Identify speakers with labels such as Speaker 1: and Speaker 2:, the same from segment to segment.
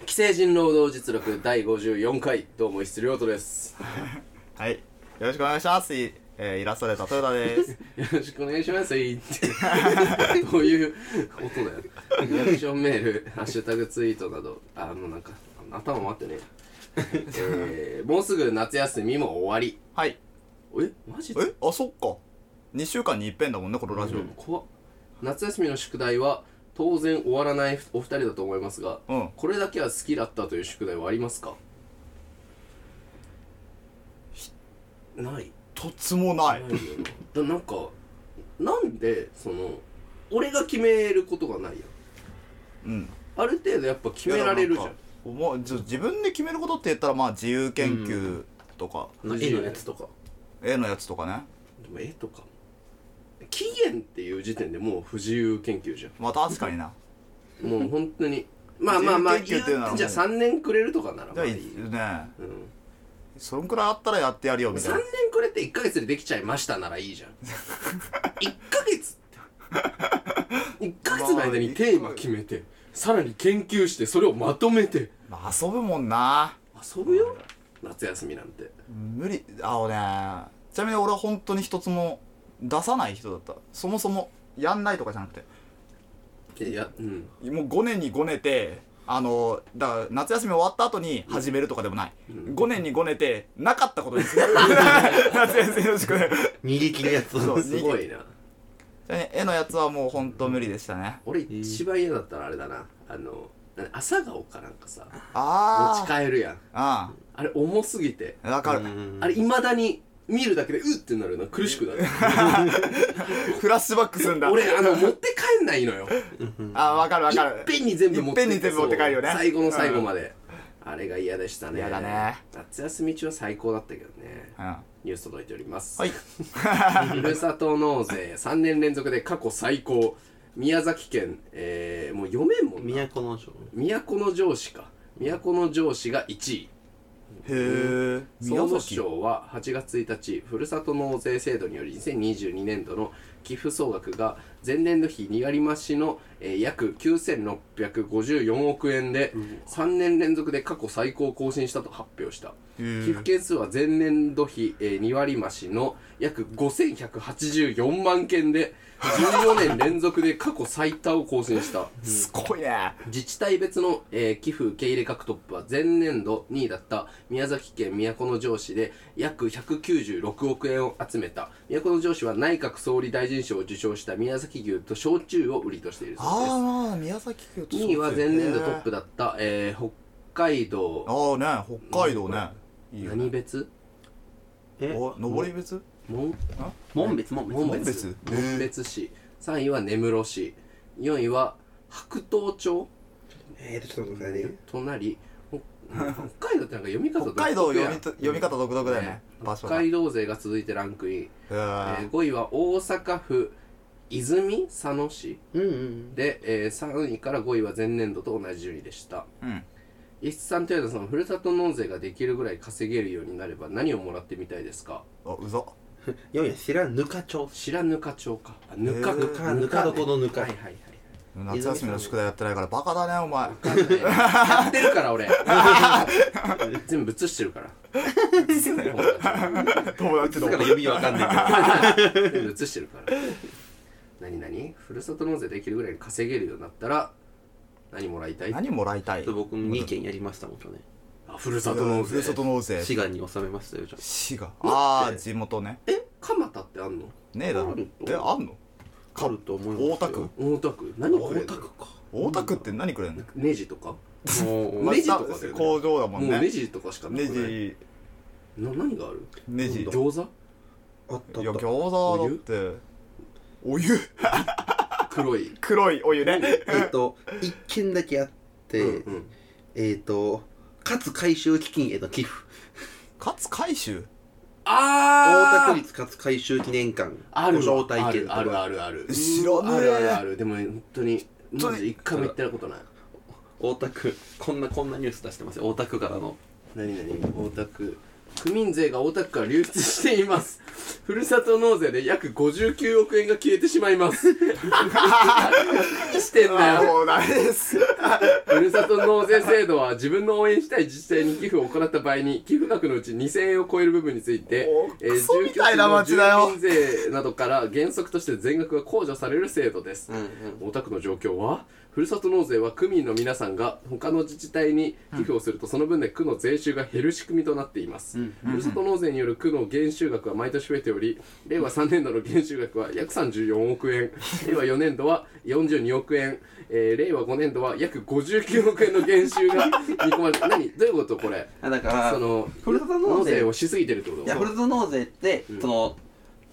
Speaker 1: 既成人労働実力第54回どうも質良人です
Speaker 2: はい。よろしくお願いします。いえーイラストレーター豊 田です。
Speaker 1: よろしくお願いし ますいってどういう音だよリアクションメールハッシュタグツイートなどあもうなんか頭回ってねえー、もうすぐ夏休みも終わり
Speaker 2: はい。
Speaker 1: えマジで
Speaker 2: えあ、そっか。2週間に一遍だもんね、このラジオ。
Speaker 1: うん怖っ夏休みの宿題は当然終わらないお二人だと思いますが、
Speaker 2: うん
Speaker 1: これだけは好きだったという宿題はありますかない
Speaker 2: とつもない。
Speaker 1: ないよなだなんかなんでその俺が決めることがないやん
Speaker 2: うん。
Speaker 1: ある程度やっぱ 決められるじゃん
Speaker 2: お前じゃあ自分で決めることって言ったら、まあ、自由研究とか、
Speaker 1: なんか絵のやつとか
Speaker 2: 絵のやつとかね。
Speaker 1: でも絵とかも期限っていう時点でもう不自由研究じゃん
Speaker 2: まあ、確かにな。
Speaker 1: もう本当にまあまあまあ
Speaker 2: 自由
Speaker 1: 言
Speaker 2: 研究っていうのは
Speaker 1: ってじゃあ3年くれるとかなら
Speaker 2: じ
Speaker 1: ま
Speaker 2: ゃ
Speaker 1: あ
Speaker 2: あ、
Speaker 1: い
Speaker 2: い
Speaker 1: い
Speaker 2: いね。
Speaker 1: うん
Speaker 2: そんくらいあったらやってやるよ、みたい
Speaker 1: 3
Speaker 2: な
Speaker 1: 年。くれて1ヶ月でできちゃいましたならいい じゃん1ヶ月って1ヶ月の間にテーマ決めてさらに研究してそれをまとめて
Speaker 2: まあ、遊ぶもんな。
Speaker 1: 遊ぶよ夏休みなんて
Speaker 2: 無理。あのね。ちなみに俺は本当に一つも出さない人だった。そもそも、やんないとかじゃなくて。
Speaker 1: いやうん
Speaker 2: もう5年に5ねてあのだから夏休み終わった後に始めるとかでもない、5年に5ねてなかったこ とにする夏休みの宿題
Speaker 3: 逃げ切るやつ
Speaker 2: そう
Speaker 1: すごいな
Speaker 2: ちなみに絵のやつはもう本当無理でしたね
Speaker 1: 俺一番嫌だったらあれだなあのなん朝顔かなんかさ持
Speaker 2: あ
Speaker 1: ち帰るやん
Speaker 2: あう
Speaker 1: あれ重すぎて
Speaker 2: んわかる
Speaker 1: あれいまだに見るだけでうってなるな苦しくなる
Speaker 2: フラッシュバックするんだ
Speaker 1: 俺あの持って帰んないのよ
Speaker 2: あわかるわ
Speaker 1: い
Speaker 2: か
Speaker 1: っ
Speaker 2: る
Speaker 1: ぺんに全部持って
Speaker 2: いっぺんに全部持って帰るよね
Speaker 1: そう最後の最後まで、あれが嫌でしたね
Speaker 2: 嫌だね
Speaker 1: 夏休み中は最高だったけどね
Speaker 2: うんは
Speaker 1: ニュース届いております
Speaker 2: い
Speaker 1: ふるさと納税3年連続で過去最高宮崎県、えー、もう読めんもんな
Speaker 3: 都の城
Speaker 1: 都城市か都城市が1位
Speaker 2: へえ
Speaker 1: 総務省は8月1日ふるさと納税制度により2022年度の寄付総額が前年度比2割増しの、えー約9654億円で3年連続で過去最高を更新したと発表した寄付件数は前年度比、えー2割増しの約5184万件で14年連続で過去最多を更新した
Speaker 2: すごいね
Speaker 1: 自治体別の、えー寄付受け入れ額トップは前年度2位だった宮崎県都城市で約196億円を集めた都城市は内閣総理大臣賞を受賞した宮崎牛と焼酎を売りとしているそうです
Speaker 2: ああ宮崎県
Speaker 1: 2位は前年度トップだった、えー北海道
Speaker 2: ああね北海道ねいいよ
Speaker 1: 何
Speaker 2: ね
Speaker 1: 別
Speaker 3: え
Speaker 2: お登別
Speaker 1: 門
Speaker 3: 門別門別
Speaker 1: 門
Speaker 2: 別
Speaker 1: 別門別市3位は根室市4位は白桃町
Speaker 3: えーとちょっと待ってくださいね
Speaker 1: 隣ほ北 海道ってなんか読み方
Speaker 2: 北海道
Speaker 1: 独特やん
Speaker 2: 読みと読み方独特だよね場所
Speaker 1: 北
Speaker 2: が
Speaker 1: 海道勢が続いてランクイン、
Speaker 2: へ
Speaker 1: え
Speaker 2: ー
Speaker 1: ー5位は大阪府泉佐野市
Speaker 3: うんうん
Speaker 1: で、えー3位から5位は前年度と同じ順位でした
Speaker 2: うん
Speaker 1: 石津さん豊田さんふるさと納税ができるぐらい稼げるようになれば何をもらってみたいですか
Speaker 2: あうざ
Speaker 3: 4位は知らぬか町
Speaker 1: 白糠町かあぬか
Speaker 2: へー
Speaker 1: ぬか
Speaker 3: ぬか床のぬか
Speaker 1: はいはいはい
Speaker 2: 夏休みの宿題やってないからバカだね お前
Speaker 1: わかんないやってるか ら俺全部映してるから
Speaker 2: 友達
Speaker 3: だから読みわかんないけど
Speaker 1: 映してるから何何ふるさと納税できるぐらい稼げるようになったら何もらいたい
Speaker 2: 何もらいたい
Speaker 3: 僕も2件やりましたもん去年
Speaker 1: あふるさと納
Speaker 2: ふ
Speaker 1: 税
Speaker 2: るさと納税
Speaker 3: 滋賀に収めましたよじゃ
Speaker 2: 滋賀ああ地元ね
Speaker 1: え蒲田ってあんの
Speaker 2: ねえだろ
Speaker 1: あると
Speaker 2: えあんの
Speaker 3: ああると思いますよ
Speaker 2: 大田区
Speaker 1: 大田区何くれ
Speaker 3: 大
Speaker 1: ん
Speaker 3: 田
Speaker 1: の
Speaker 3: 区か
Speaker 2: 大田区って何くれんの
Speaker 1: ネジとか
Speaker 3: も
Speaker 1: ま
Speaker 3: う
Speaker 1: ネジとかだよね
Speaker 2: まあ工場だも
Speaker 1: も
Speaker 2: ん
Speaker 1: う
Speaker 2: ね
Speaker 1: ネジとかしかなくな
Speaker 2: ネ
Speaker 1: い
Speaker 2: ジ
Speaker 1: な何がある
Speaker 2: ネジいや
Speaker 1: 餃子
Speaker 3: あったあ
Speaker 2: 餃
Speaker 3: った
Speaker 2: 子だってお湯
Speaker 1: 黒い
Speaker 2: 黒いお湯ね
Speaker 3: えっと1件だけあっ
Speaker 1: うん
Speaker 3: て
Speaker 1: うん
Speaker 3: えっと勝回収基金への寄付
Speaker 2: 勝回収
Speaker 1: あ
Speaker 3: 大田
Speaker 1: ー
Speaker 3: 区立勝回収記念館
Speaker 1: ある
Speaker 3: ご招待券とか
Speaker 1: あるあるあるある
Speaker 2: 知らね
Speaker 1: あ
Speaker 2: え
Speaker 1: るあるあるでも本当に
Speaker 2: 当に
Speaker 1: マジで一回も行ったことない
Speaker 3: 大田区こんなこんなニュース出してますよ大田区からの
Speaker 1: 何何大田区区民税が大田区から流出していますふるさと納税で約59億円が消えてしまいます何してんだ
Speaker 2: あ
Speaker 1: よ
Speaker 2: もうダメです。
Speaker 1: ふるさと納税制度は自分の応援したい自治体に寄付を行った場合に寄付額のうち2000円を超える部分について
Speaker 2: おークソみ
Speaker 1: 住居
Speaker 2: た
Speaker 1: 地
Speaker 2: いな
Speaker 1: の
Speaker 2: 町だよ
Speaker 1: 住民税などから原則として全額が控除される制度です、
Speaker 3: うんうん
Speaker 1: お宅の状況はふるさと納税は区民の皆さんが他の自治体に寄付をするとその分で区の税収が減る仕組みとなっています、
Speaker 3: うん
Speaker 1: ふるさと納税による区の減収額は毎年増えており令和3年度の減収額は約34億円令和4年度は42億円、えー令和5年度は約59億円の減収が見込まれ 何どういうことこれ
Speaker 3: あだから
Speaker 1: その
Speaker 3: ふるさと納税
Speaker 1: をしすぎてるってこと
Speaker 3: いやふるさと納税って、
Speaker 1: うん
Speaker 3: その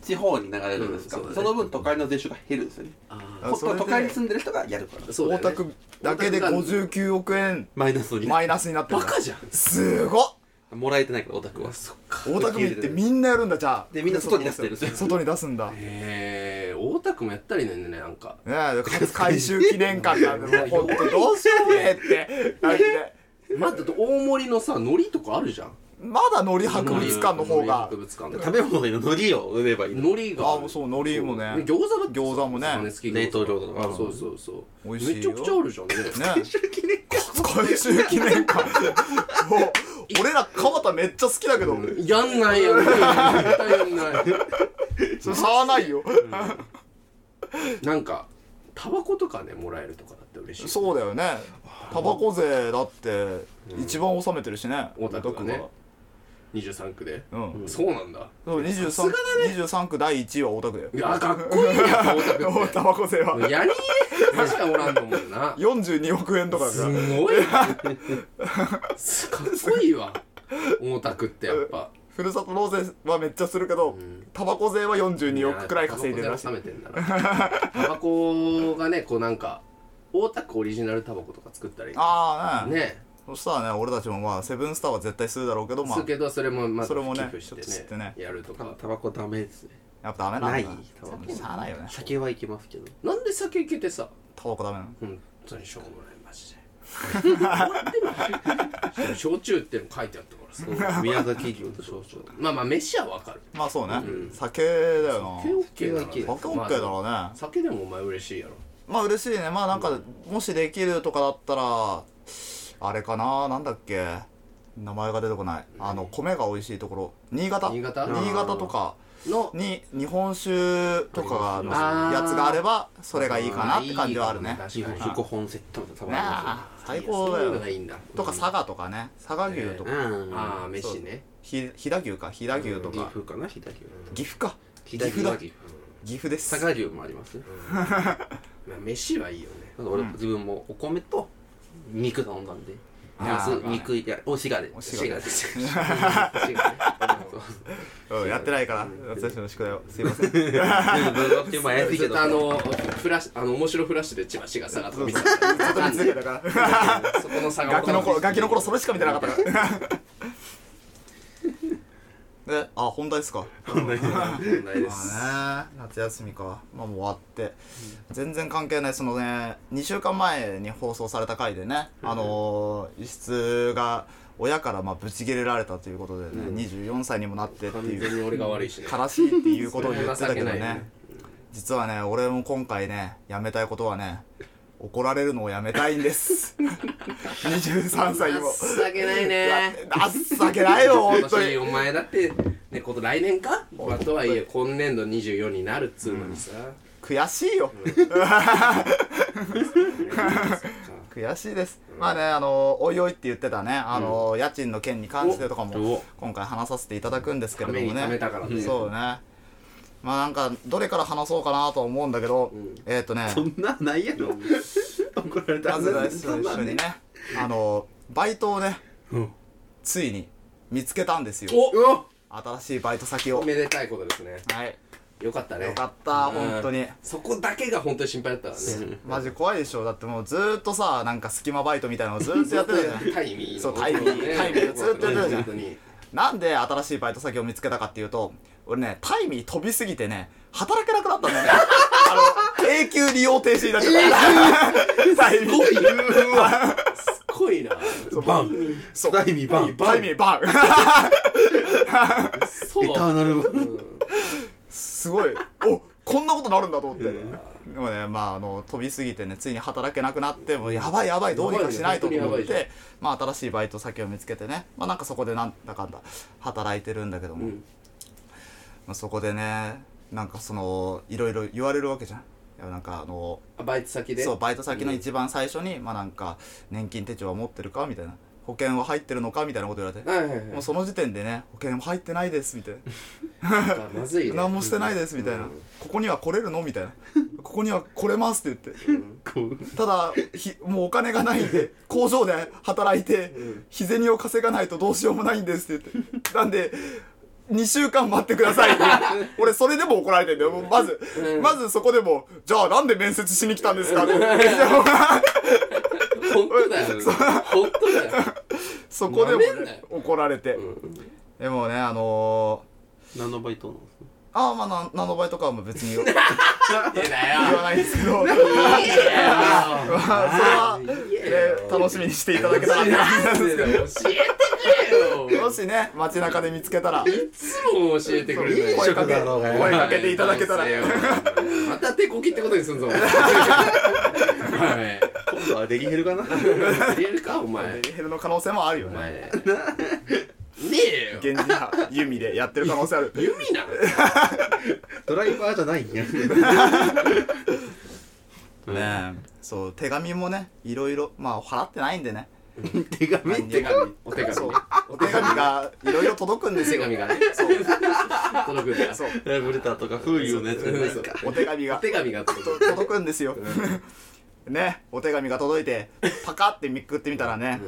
Speaker 3: 地方に流れるんですか、
Speaker 1: うんそうだね
Speaker 3: その分都会の税収が減るんですよね
Speaker 1: あ
Speaker 2: あ
Speaker 3: 本当
Speaker 2: それ
Speaker 3: は
Speaker 2: で
Speaker 3: 都会に住んでる人がやるから
Speaker 1: ーそうだよ、
Speaker 2: 大
Speaker 1: ね、
Speaker 2: 田区だけで59億円
Speaker 3: マイナスに
Speaker 2: マイナスになってる
Speaker 1: バ。カじゃん
Speaker 2: すごっ
Speaker 3: もらえてないからオタクは
Speaker 1: そっか
Speaker 2: 大田区民ってみんなやるんだじゃあ。
Speaker 3: でみんな外に出してるんですよ
Speaker 2: 外に出すんだ。ね
Speaker 1: えー、大田区もやったらいいのにねなんか
Speaker 2: え、勝回収記念館なんで、もうほんとどうしようもねえって。感じで
Speaker 1: 待って大森のさ海苔とかあるじゃん
Speaker 2: まだ海苔博物館の方が
Speaker 1: 海苔。博物館
Speaker 3: 食べ物に海苔を売ればいいの
Speaker 1: 海苔が
Speaker 2: あそう海苔もね
Speaker 1: そう餃子だって
Speaker 2: 餃子もね
Speaker 1: 骨付き
Speaker 3: 冷凍餃子とか
Speaker 1: そうそうそう
Speaker 2: 美味しいよ
Speaker 1: めちゃくちゃあるじゃんね
Speaker 2: ね
Speaker 3: 記念
Speaker 2: 回収記念館。もう、俺ら蒲田めっちゃ好きだけど、
Speaker 1: やんないやんない絶対やんない
Speaker 2: それしゃあないよ。
Speaker 1: なんかタバコとかねもらえるとかだって嬉しい
Speaker 2: そうだよねタバコ税だって一番納めてるしね
Speaker 1: 大田区はね
Speaker 2: 大田
Speaker 1: 23区で、
Speaker 2: うん
Speaker 1: そうなんだ
Speaker 2: そう
Speaker 1: さす
Speaker 2: 23
Speaker 1: が
Speaker 2: 23区第1位は大田区だよ
Speaker 1: いやかっこいいやん大田区って
Speaker 2: タバコ税は
Speaker 1: もうやりえしかおらんのもんな
Speaker 2: 42億円とかだ
Speaker 1: す
Speaker 2: から
Speaker 1: ごい なかっこいいわ大田区ってやっぱ
Speaker 2: ふるさと納税はめっちゃするけどタバコ税は42億くらい稼いでるらしい
Speaker 1: やタバコで収めてんだなタバコがねこうなんか大田区オリジナルタバコとか作ったらいい
Speaker 2: ああね
Speaker 1: ね
Speaker 2: そしたらね俺たちもまあセブンスターは絶対するだろうけどまあ
Speaker 1: するけどそれもまあ
Speaker 2: それもね
Speaker 1: 寄付し
Speaker 2: ちょっと知ってて
Speaker 1: ね
Speaker 2: ね
Speaker 1: やるとか
Speaker 3: タバコダメですね
Speaker 2: やっぱダメなんだ
Speaker 3: ない
Speaker 2: タバコしゃあないよね
Speaker 3: 酒はいけますけど
Speaker 1: なんで酒いけてさ
Speaker 2: タバコダメなの
Speaker 1: 本当にしょうもないマジで終わってない焼酎っての書いてあったからさ
Speaker 3: 宮崎牛と少々
Speaker 1: まあまあ飯はわかる
Speaker 2: まあそうね酒だよ
Speaker 1: 酒オ
Speaker 2: な
Speaker 1: ッケー
Speaker 3: 酒
Speaker 1: だな
Speaker 2: 酒 OK だろうね
Speaker 1: 酒でもお前嬉しいやろ
Speaker 2: まあ嬉しいねまあなんか、もしできるとかだったらあれかななんだっけ名前が出てこない、あの米が美味しいところ新潟
Speaker 1: 新潟
Speaker 2: 新潟とか
Speaker 1: の
Speaker 2: に日本酒とか
Speaker 1: あ
Speaker 2: の
Speaker 1: りますね
Speaker 2: やつがあればそれがいいかなって感じはあるねね
Speaker 1: 確
Speaker 3: 日
Speaker 1: か
Speaker 3: 本
Speaker 1: に
Speaker 3: 酒5本セットのタバコ
Speaker 2: あ最高
Speaker 1: そ
Speaker 2: だ
Speaker 1: ういう
Speaker 2: よ
Speaker 1: のがいいんだ
Speaker 2: とか佐賀とかね佐賀牛とか、
Speaker 3: うん
Speaker 1: ああ
Speaker 3: あ
Speaker 1: 飯ね
Speaker 2: ひ飛騨牛か飛騨牛と
Speaker 3: 岐
Speaker 2: か、
Speaker 3: 阜かな飛騨牛
Speaker 2: 岐阜か
Speaker 3: 飛
Speaker 2: 岐阜だ
Speaker 3: 騨牛
Speaker 2: 岐阜です
Speaker 3: 佐賀牛もありますね
Speaker 1: まあ飯はいいよね
Speaker 3: なんか俺自分もお米と肉頼んだんで
Speaker 2: あー
Speaker 3: 肉肉いやおしがで
Speaker 2: おしがで
Speaker 3: おし
Speaker 1: 違うね
Speaker 2: うん、やってないから私の宿題をすいません
Speaker 3: がでだって今やりすぎ
Speaker 1: ず
Speaker 3: て
Speaker 1: っとあのフラッシュあの面白フラッシュで千葉市が下がったみたい
Speaker 2: 外見つけたから
Speaker 1: なそこの差が
Speaker 2: ガキの頃ガキの頃それしか見てなかったから えあ本題ですか
Speaker 1: 問題です
Speaker 2: まあね夏休みかまあもう終わって、全然関係ないそのね2週間前に放送された回でね、あのー、輸出が親からまあブチ切れられたということでね、24歳にもなってって
Speaker 1: 完
Speaker 2: い
Speaker 1: 全
Speaker 2: う
Speaker 1: に俺が悪いしね
Speaker 2: 悲しいっていうことを言ってたけど
Speaker 1: それは情けない
Speaker 2: ね
Speaker 1: ね
Speaker 2: 実はね俺も今回ねやめたいことはね怒られるのをやめたいんです 23歳 にも
Speaker 1: 情けないね
Speaker 2: あっさけないよ本
Speaker 1: 今
Speaker 2: 当
Speaker 1: 年
Speaker 2: に
Speaker 1: お前だってねこと来年かまあとはいえ今年度24になるっつうのにさ
Speaker 2: 悔し いよ
Speaker 1: か
Speaker 2: 悔しいですまあねあのおいおいって言ってたねあの家賃の件に関してとか
Speaker 1: お
Speaker 2: も
Speaker 1: お
Speaker 2: 今回話させていただくんですけれども
Speaker 1: ために
Speaker 2: ね
Speaker 1: ためたからね
Speaker 2: そうねまあなんかどれから話そうかなとは思うんだけどえっとね
Speaker 3: そんなないやろ怒られた
Speaker 2: まずは一
Speaker 3: そ
Speaker 2: 緒
Speaker 3: んな
Speaker 2: に
Speaker 3: ね
Speaker 2: ねあのバイトをねついに見つけたんですよ新しいバイト先
Speaker 1: お
Speaker 2: を
Speaker 1: おめでたいことですね
Speaker 2: はい
Speaker 1: よかったね
Speaker 2: よかった本当に
Speaker 1: そこだけが本当に心配だったからね
Speaker 2: マジ怖いでしょだってもうずーっとさなんか隙間バイトみたいなのずーっとやってたじ ゃん
Speaker 1: タイミーの
Speaker 2: そうタイミー
Speaker 1: ね
Speaker 2: タイミーのずっとやってたじゃ
Speaker 1: 本
Speaker 2: ん
Speaker 1: 当に
Speaker 2: なんで新しいバイト先を見つけたかっていうと、俺ね、タイミー飛びすぎてね、働けなくなっ たんだよね。 あの、永久利用停止になっちゃった。タイミー。
Speaker 1: すこいいなバン
Speaker 2: そう
Speaker 3: 第2番。
Speaker 1: バ
Speaker 2: タイ
Speaker 1: ン
Speaker 2: ミーバン
Speaker 1: そ
Speaker 3: エター
Speaker 1: う
Speaker 3: ナル版。
Speaker 2: すごいおこんなことなるんだと思って、でもねまああの飛びすぎてねついに働けなくなってもうやばいやばいどうにかしないとと
Speaker 1: やば
Speaker 2: 思
Speaker 1: い
Speaker 2: っ
Speaker 1: ね本当にやばい
Speaker 2: てまあ新しいバイト先を見つけてねまあなんかそこでなんだかんだ働いてるんだけども、
Speaker 1: うん
Speaker 2: まあ、そこでねなんかそのいろいろ言われるわけじゃんいやなんかあの
Speaker 1: あバイト先で
Speaker 2: そうバイト先の一番最初に、まあなんか年金手帳は持ってるかみたいな保険は入ってるのかみたいなこと言われて、
Speaker 1: はいはいはい
Speaker 2: もうその時点でね保険も入ってないですみたいな
Speaker 1: あまずいね
Speaker 2: 何もしてないですみたいな、
Speaker 1: うん
Speaker 2: ここには来れるのみたいなここには来れますって言って
Speaker 3: こう
Speaker 2: ただひもうお金がないんで工場で働いて
Speaker 1: うん
Speaker 2: 日銭を稼がないとどうしようもないんですって言ってなんで2週間待ってくださいって俺それでも怒られてんだよもうまず、
Speaker 1: うん
Speaker 2: まずそこでもじゃあなんで面接しに来たんですかってで
Speaker 1: 本当だよ本当だ よ
Speaker 2: もそこでも、
Speaker 1: なめんな
Speaker 2: ね
Speaker 1: よ、
Speaker 2: 怒られて、でもねあの
Speaker 3: 何のバイトなんで
Speaker 2: ー、ああまあなナノバイとかはもう別に言わ
Speaker 1: いいだ
Speaker 2: 言わ
Speaker 1: よ
Speaker 2: ないですけど
Speaker 1: いいだよ
Speaker 2: まあそれは、
Speaker 1: いい
Speaker 2: え
Speaker 1: よ
Speaker 2: ー楽しみにしていただけたら
Speaker 1: な
Speaker 2: なん
Speaker 1: でだよ教えてくれよ
Speaker 2: もしね街中で見つけたら
Speaker 1: いつも教えてくれる
Speaker 2: 声かけ
Speaker 3: ろうがよ
Speaker 2: 声かけていただけたら
Speaker 1: また手こきってことにすん ぞお前はい
Speaker 3: す今度はデリヘルかな
Speaker 1: 言えるかお前
Speaker 2: デリヘルの可能性もあるよ
Speaker 1: お
Speaker 2: ね
Speaker 1: 前ねえよ
Speaker 2: 現地派弓でやってる可能性ある
Speaker 1: 弓なの
Speaker 3: ドライバーじゃないんや。
Speaker 2: ねえそう手紙もねいろいろまあ払ってないんでね
Speaker 3: 手紙
Speaker 1: お手紙お手
Speaker 2: そう
Speaker 1: 紙ね
Speaker 2: お手紙がいろいろ届くんで
Speaker 1: お
Speaker 2: す
Speaker 1: 手
Speaker 2: よ
Speaker 1: 紙がね届くんだよ
Speaker 2: そう
Speaker 3: ラブレターとか風流のやつじゃない
Speaker 1: そうそう
Speaker 2: お手紙
Speaker 1: お
Speaker 2: が
Speaker 1: 手紙が届く
Speaker 2: と届くんですよ ねお手紙が届いてパカってめくってみたらね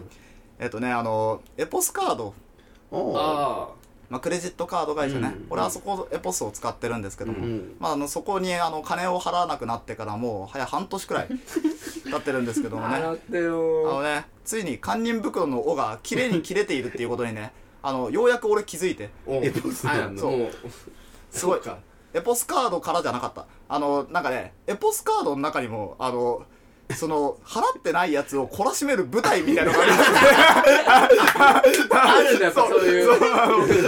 Speaker 2: えっとねあのエポスカード
Speaker 3: ああ
Speaker 1: ああ
Speaker 2: まあ、クレジットカード会社ね、
Speaker 1: うん
Speaker 2: 俺はそこエポスを使ってるんですけども、
Speaker 3: うん
Speaker 2: まあ、あのそこにあの金を払わなくなってからもう早半年くらい経ってるんですけ どもね
Speaker 1: 洗
Speaker 2: あ
Speaker 1: ってよ
Speaker 2: のねついに堪忍袋の尾が綺麗に切れているっていうこ とにねあのようやく俺気づいて
Speaker 1: お
Speaker 3: えボス
Speaker 1: あ
Speaker 3: なんだ
Speaker 1: もう
Speaker 2: すごい
Speaker 1: そうか
Speaker 2: エポスカードからじゃなかったあのなんかねエポスカードの中にもあのその払ってないやつを懲らしめる舞台みたいなのがありまして
Speaker 1: あ るんだやっぱそうい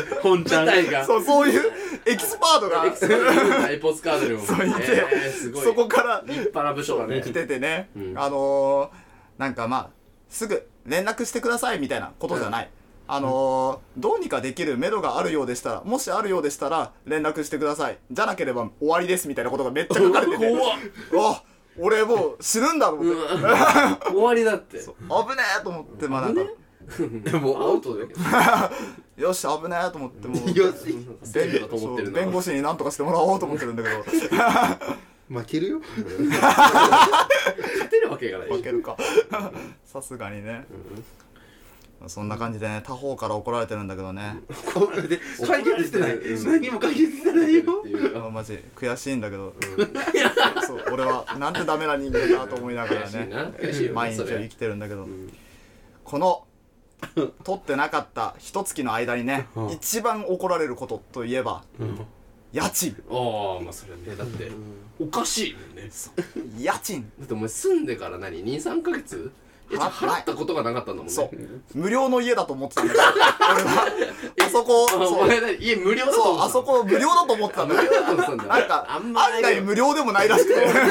Speaker 1: う
Speaker 3: 本ちゃ
Speaker 1: 舞
Speaker 3: ん
Speaker 1: 台が
Speaker 2: そうそういうエキスパート が
Speaker 1: エクセルエポスカードにも
Speaker 2: そういて
Speaker 1: えーすごい
Speaker 2: そこから
Speaker 1: 立派な部署だね
Speaker 2: 来ててね、
Speaker 1: うん
Speaker 2: あのー、なんかまあすぐ連絡してくださいみたいなことじゃない、あのー、どうにかできるメドがあるようでしたらもしあるようでしたら連絡してくださいじゃなければ終わりですみたいなことがめっちゃ書かれてて
Speaker 1: 怖っ
Speaker 2: うわ俺もう死ぬんだと思って、
Speaker 1: 終わりだって
Speaker 2: 危ねえと思ってまあなんか
Speaker 1: もうアウトだけど
Speaker 2: よし危ねえと思ってもう
Speaker 3: よし
Speaker 1: 全部だと思ってるな
Speaker 2: そう弁護士になんとかしてもらおうと思ってるんだけ ど
Speaker 3: 負けるよ
Speaker 1: 勝てるわけがない
Speaker 2: 負ける かさすがにね、まあそんな感じでね他方から怒られてるんだけどね、
Speaker 3: これで解決してない
Speaker 1: うん
Speaker 3: 何も解決してないよ
Speaker 1: っていう
Speaker 2: あマジ悔しいんだけど、そう俺はなんてダメな人間だと思いながら
Speaker 1: 悔しい
Speaker 2: ね
Speaker 1: な悔しいよ
Speaker 2: 毎日
Speaker 1: そ
Speaker 2: を生
Speaker 1: れ
Speaker 2: きてるんだけど、この取ってなかった一月の間にね、
Speaker 3: うん
Speaker 2: 一番怒られることといえば家賃
Speaker 1: ああまあそれねだっておかしいもんね
Speaker 2: 家賃
Speaker 1: だってお前住んでから何23ヶ月えじゃあ
Speaker 2: 払っ
Speaker 1: 払ったことがなかったんだもんね
Speaker 2: そう無料の家だと思ってたんだけど俺は あそこ
Speaker 1: あ
Speaker 2: そ
Speaker 1: お
Speaker 2: う
Speaker 1: 前何家無料だと思
Speaker 2: そ
Speaker 1: って
Speaker 2: う
Speaker 1: た
Speaker 2: あそこ無料だと思ってたんだ
Speaker 1: 無
Speaker 2: け
Speaker 1: 料
Speaker 2: ど
Speaker 1: だと思ってたんだ
Speaker 2: なんか
Speaker 1: あ
Speaker 2: 案
Speaker 1: んまない
Speaker 2: 外無料でもないらしくて
Speaker 1: なか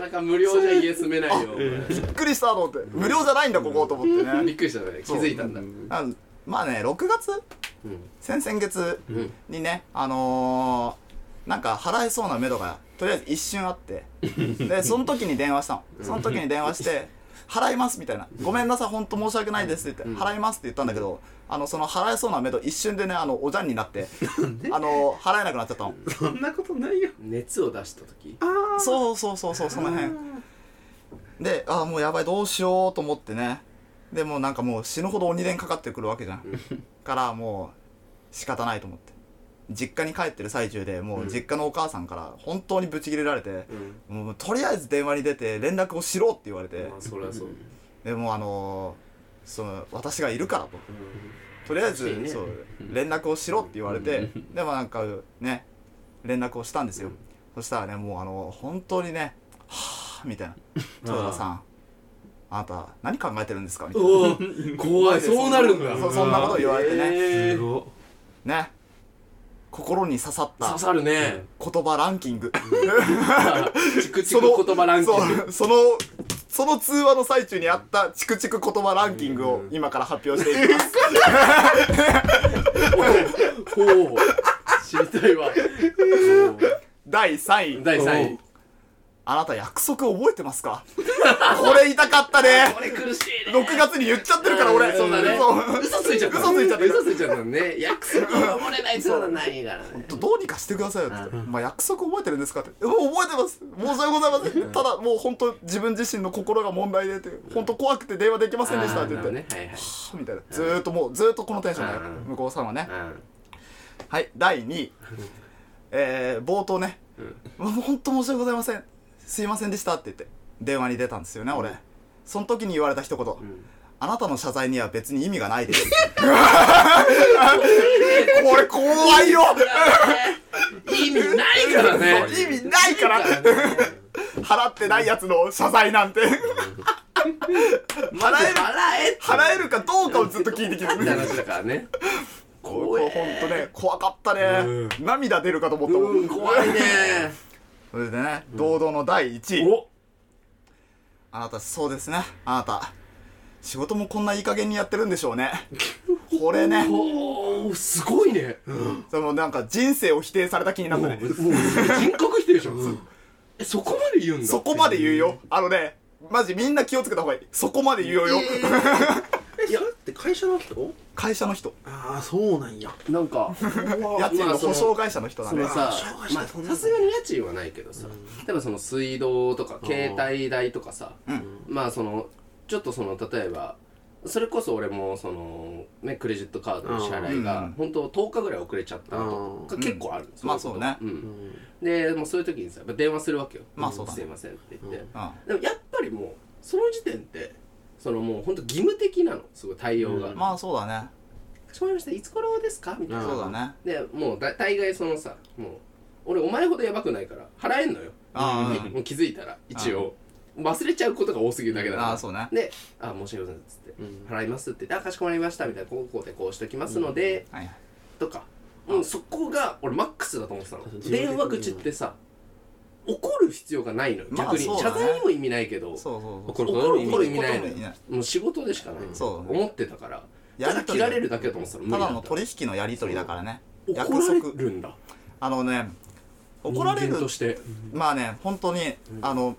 Speaker 1: なか無料じゃ家住めないよお前
Speaker 2: びっくりしたと思って無料じゃないんだここと思ってね
Speaker 1: びっくりしたね気づいたんだ
Speaker 2: あまあね6月
Speaker 1: うん
Speaker 2: 先々月
Speaker 1: うん
Speaker 2: にねあのー、なんか払えそうな目処がとりあえず一瞬あって でその時に電話したのその時に電話して「払います」みたいな「ごめんなさい本当申し訳ないです」って言って「払います」って言ったんだけどあのその払えそうな目処一瞬でねあのおじゃんになってあの払えなくなっちゃったの
Speaker 3: そんなことないよ
Speaker 1: 熱を出した時
Speaker 2: そうそうそうそうその辺でああもうやばいどうしようと思ってねでもうなんかもう死ぬほど鬼連かかってくるわけ じゃんからもう仕方ないと思って実家に帰ってる最中でもう実家のお母さんから本当にブチ切れられて、
Speaker 1: うん
Speaker 2: もうとりあえず電話に出て連絡をしろって言われて
Speaker 1: まあそりゃそう
Speaker 2: でもうあのーその私がいるからととりあえず、
Speaker 1: 欲しいね
Speaker 2: そう連絡をしろって言われて、でもなんかね連絡をしたんですよ、 そしたらねもうあの本当にね「はあ」みたいな「豊田さんあなた何考えてるんですかみたいな
Speaker 1: おお怖いそうなるんだ
Speaker 2: そそんなこと言われてね
Speaker 1: え
Speaker 4: す
Speaker 1: ー
Speaker 4: ご
Speaker 2: ね心に刺さった
Speaker 1: 刺さるね
Speaker 2: 言葉ランキング
Speaker 1: チクチク言葉ランキング
Speaker 2: そうそのその通話の最中にあったチクチク言葉ランキングを今から発表していきます
Speaker 1: ほう知りたいわ
Speaker 2: 第3位
Speaker 1: 第3位
Speaker 2: あなた約束覚えてますかこれ痛かったね
Speaker 1: これ苦しい
Speaker 2: 6月に言っちゃってるから俺
Speaker 1: そうだね
Speaker 2: そう
Speaker 1: 嘘ついちゃった
Speaker 2: 嘘ついちゃった
Speaker 1: 嘘ついちゃったのね約束を守れないそうだないからね
Speaker 2: どうにかしてくださいよって言って、まあ、約束覚えてるんですかって「もう覚えてます申し訳ございませんただもう本当自分自身の心が問題で」って「本当怖くて電話できませんでした」って言って、
Speaker 1: あーなるほどねはいはい
Speaker 2: はぁみたいなずーっともうずーっとこのテンションだよ
Speaker 1: うん
Speaker 2: 向こうさんはね
Speaker 1: うん
Speaker 2: はい第2位えー、冒頭ね「もう本当申し訳ございませんすいませんでした」って言って電話に出たんですよね俺その時に言われた一言、あなたの謝罪には別に意味がない です。これ怖いよ
Speaker 1: 意味ないからね
Speaker 2: そう意味ないから払ってないやつの謝罪なんて
Speaker 1: 払え払えって
Speaker 2: 払えるかどうかをずっと聞いてきてる
Speaker 1: 話だからね
Speaker 2: これ本当ね怖かったね、涙出るかと思ったもん、
Speaker 1: うん怖いね
Speaker 2: それでね堂々の第1位、
Speaker 1: お
Speaker 2: あなたそうですねあなた仕事もこんないい加減にやってるんでしょうねこれね
Speaker 1: おーすごいね
Speaker 2: それもなんか人生を否定された気になった
Speaker 1: もう
Speaker 2: ね
Speaker 1: もう人格否定じゃんえそこまで言うんだ
Speaker 2: そこまで言うよあのねマジみんな気をつけた方がいいそこまで言うよ、
Speaker 3: えそれって会社の人
Speaker 2: 会社の人
Speaker 4: ああそうなんや
Speaker 1: なんか
Speaker 2: 家賃の保証会社の人だ
Speaker 1: そ
Speaker 2: ね
Speaker 1: のさ
Speaker 3: 障害、者
Speaker 1: まあ、
Speaker 3: そんな
Speaker 1: さすがに家賃はないけどさ、例えばその水道とか携帯代とかさ、まあそのちょっとその例えばそれこそ俺もそのねクレジットカードの支払い
Speaker 2: うん
Speaker 1: が本当10日ぐらい遅れちゃったのとか結構あるの、
Speaker 2: まあ
Speaker 1: いこと
Speaker 2: そうね
Speaker 1: うん、でもうそういう時にさやっぱ電話するわけよ「
Speaker 2: まあそうだね
Speaker 1: すいません」って言って、
Speaker 2: うん
Speaker 1: でもやっぱりもうその時点ってそのもう本当義務的なのすごい対応が、
Speaker 4: うん
Speaker 2: まあそうだね
Speaker 1: かしこまりましたいつ頃ですか?」みたいな、
Speaker 4: うん
Speaker 2: そうだね
Speaker 1: でもうだ大概そのさもう俺お前ほどやばくないから払えんのよ
Speaker 2: あー
Speaker 1: もう気づいたら一応忘れちゃうことが多すぎるだけだから
Speaker 2: あーそうね
Speaker 1: で「あ申し訳ございません」っつって
Speaker 4: うん
Speaker 1: 「払います」って言って「あかしこまりました」みたいな「こうこうでこうしときますので
Speaker 2: はいはい」
Speaker 1: とかもうそこが俺マックスだと思ってたの
Speaker 4: 確かに
Speaker 1: 電話口ってさ怒る必要がないのよ
Speaker 2: まあ
Speaker 1: 逆に
Speaker 2: そう
Speaker 1: 謝
Speaker 2: だね
Speaker 1: 罪にも意味ないけど
Speaker 2: そうそうそ
Speaker 4: 怒
Speaker 2: う
Speaker 1: 怒
Speaker 4: る
Speaker 1: る
Speaker 4: 意
Speaker 1: 怒る意
Speaker 4: 味
Speaker 1: 味ないの
Speaker 2: 怒る意味な
Speaker 1: よ
Speaker 2: い
Speaker 1: もう仕事でしかない
Speaker 2: そうだね
Speaker 1: 思ってたから
Speaker 2: や
Speaker 1: ただ
Speaker 2: りとり
Speaker 1: 切られるだけだと思ってたの無
Speaker 2: た
Speaker 1: 理だ
Speaker 2: だ
Speaker 1: っ
Speaker 2: の取引のやり取りだからね
Speaker 1: た
Speaker 2: 約
Speaker 1: 怒られ
Speaker 2: 束
Speaker 1: るんだ
Speaker 2: あのね怒られ
Speaker 1: 人間
Speaker 2: る
Speaker 1: として
Speaker 2: まあね本当にあの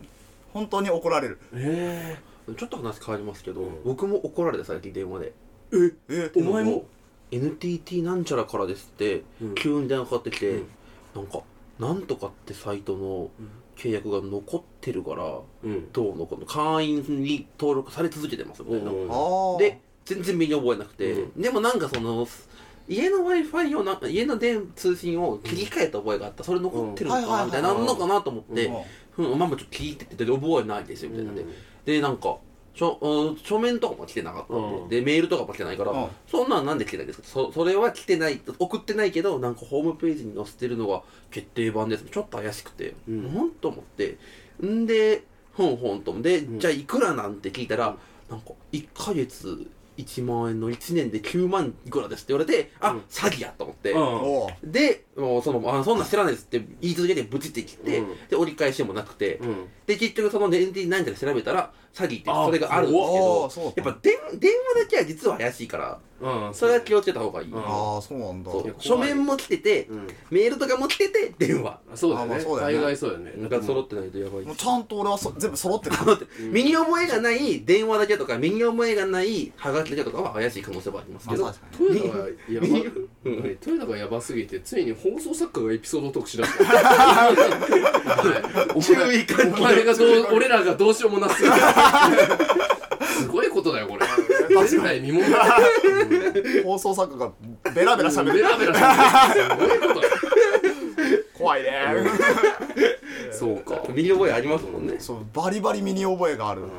Speaker 2: 本当に怒られる
Speaker 1: え
Speaker 4: ちょっと話変わりますけど、
Speaker 1: うん
Speaker 4: 僕も怒られて最近電話で
Speaker 2: え
Speaker 1: えお前も
Speaker 4: NTT なんちゃらからですって、
Speaker 1: うん
Speaker 4: 急に電話かかってきて、
Speaker 1: うん
Speaker 4: なんかなんとかってサイトの契約が残ってるから
Speaker 1: うん
Speaker 4: どうのこうの会員に登録され続けてますみたいな、
Speaker 1: うん
Speaker 2: あー
Speaker 4: で全然身に覚えなくて、
Speaker 1: う
Speaker 4: でもなんかその家の w i f i をなんか家の電通信を切り替えた覚えがあったそれ残ってるのか
Speaker 2: う
Speaker 4: なんみたいな
Speaker 1: はいはい
Speaker 4: な
Speaker 1: は
Speaker 4: ん
Speaker 1: い
Speaker 4: のかなと思って
Speaker 2: うん
Speaker 4: 「うんママちょっと聞いて」って言って覚えないですよみたいなんで、
Speaker 1: うん
Speaker 4: でなんか書うん書面とかも来てなかったんで,、
Speaker 1: うん
Speaker 4: でメールとかも来てないから、
Speaker 2: うん
Speaker 4: そんなんなんで来てないんですかそそれは来てない送ってないけどなんかホームページに載せてるのが決定版ですちょっと怪しくて、
Speaker 1: う
Speaker 4: うんんと思ってんでほんほんとで、
Speaker 1: ん
Speaker 4: じゃあいくらなんて聞いたら、なんか1ヶ月1万円の1年で9万いくらですって言われてあ、
Speaker 1: うん
Speaker 4: 詐欺やと思って、
Speaker 1: うん
Speaker 2: おう
Speaker 4: でもうそのあそんなん知らないですって言い続けてブチってきて、
Speaker 1: うん
Speaker 4: で折り返しもなくて、
Speaker 1: うん
Speaker 4: で結局その年金なんちゃら調べたら詐欺ってそれがあるんです
Speaker 2: あ
Speaker 4: け
Speaker 2: ー
Speaker 4: ど
Speaker 2: そう
Speaker 4: やっぱ電電話だけは実は怪しいから
Speaker 1: うん
Speaker 4: それは気をつけた方がいい、
Speaker 1: うん
Speaker 2: ああそうなんだ
Speaker 4: そ
Speaker 1: いうや怖い
Speaker 4: 書面も来てて、
Speaker 1: うん
Speaker 4: メールとかも来てて電話
Speaker 1: そうだ
Speaker 2: あまあそうだよ
Speaker 1: よね大
Speaker 2: ね
Speaker 1: 概そうだよねだ
Speaker 4: が
Speaker 1: っても
Speaker 4: 揃
Speaker 1: う
Speaker 4: ってないとやばい
Speaker 2: もうちゃんと俺はそ全部揃ってる
Speaker 4: 身に覚えがない電話だけとか身に覚えがないはがきだけとかは怪しい可能性はありますけど、
Speaker 2: まあ確か
Speaker 1: トヨタがやば
Speaker 4: み
Speaker 1: うんトヨタがやばすぎてついに放送作家がエピソード特集だった
Speaker 4: 注意喚
Speaker 1: お前がどう俺らがどうしようもなすぎてすごいことだよこれ前代未聞だ
Speaker 2: 放送作家がベラベラ喋
Speaker 1: ベ
Speaker 2: る
Speaker 1: ラベラしてるすごいことだよ
Speaker 2: 怖いね
Speaker 1: そうか
Speaker 4: 起身に覚えありますもんね、
Speaker 2: そうバリバリ身に覚えがある
Speaker 1: うんま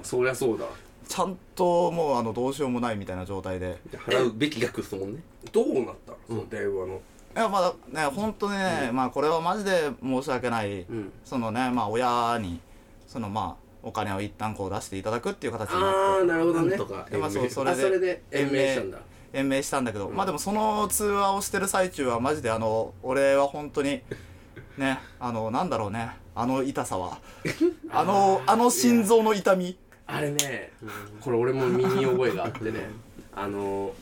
Speaker 1: あそりゃそうだ
Speaker 2: ちゃんともうあのどうしようもないみたいな状態で
Speaker 4: 払うべき額ですもんね
Speaker 1: どうなったのその電話の
Speaker 2: いやまあね本当ね、まあこれはマジで申し訳ない、
Speaker 1: ん
Speaker 2: そのねまあ親にそのまあお金を一旦こう出していただくっていう形になっ
Speaker 1: ああ
Speaker 2: て
Speaker 1: なるほどね
Speaker 4: なんとか
Speaker 2: まあそうそれ
Speaker 1: あ
Speaker 2: で
Speaker 1: それで延命したんだ
Speaker 2: 延命したんだけど、まあでもその通話をしてる最中はマジであの俺は本当にねあのなんだろうねあの痛さ はあのあの心臓の痛み
Speaker 1: あれねこれ俺も身に覚えがあってねあの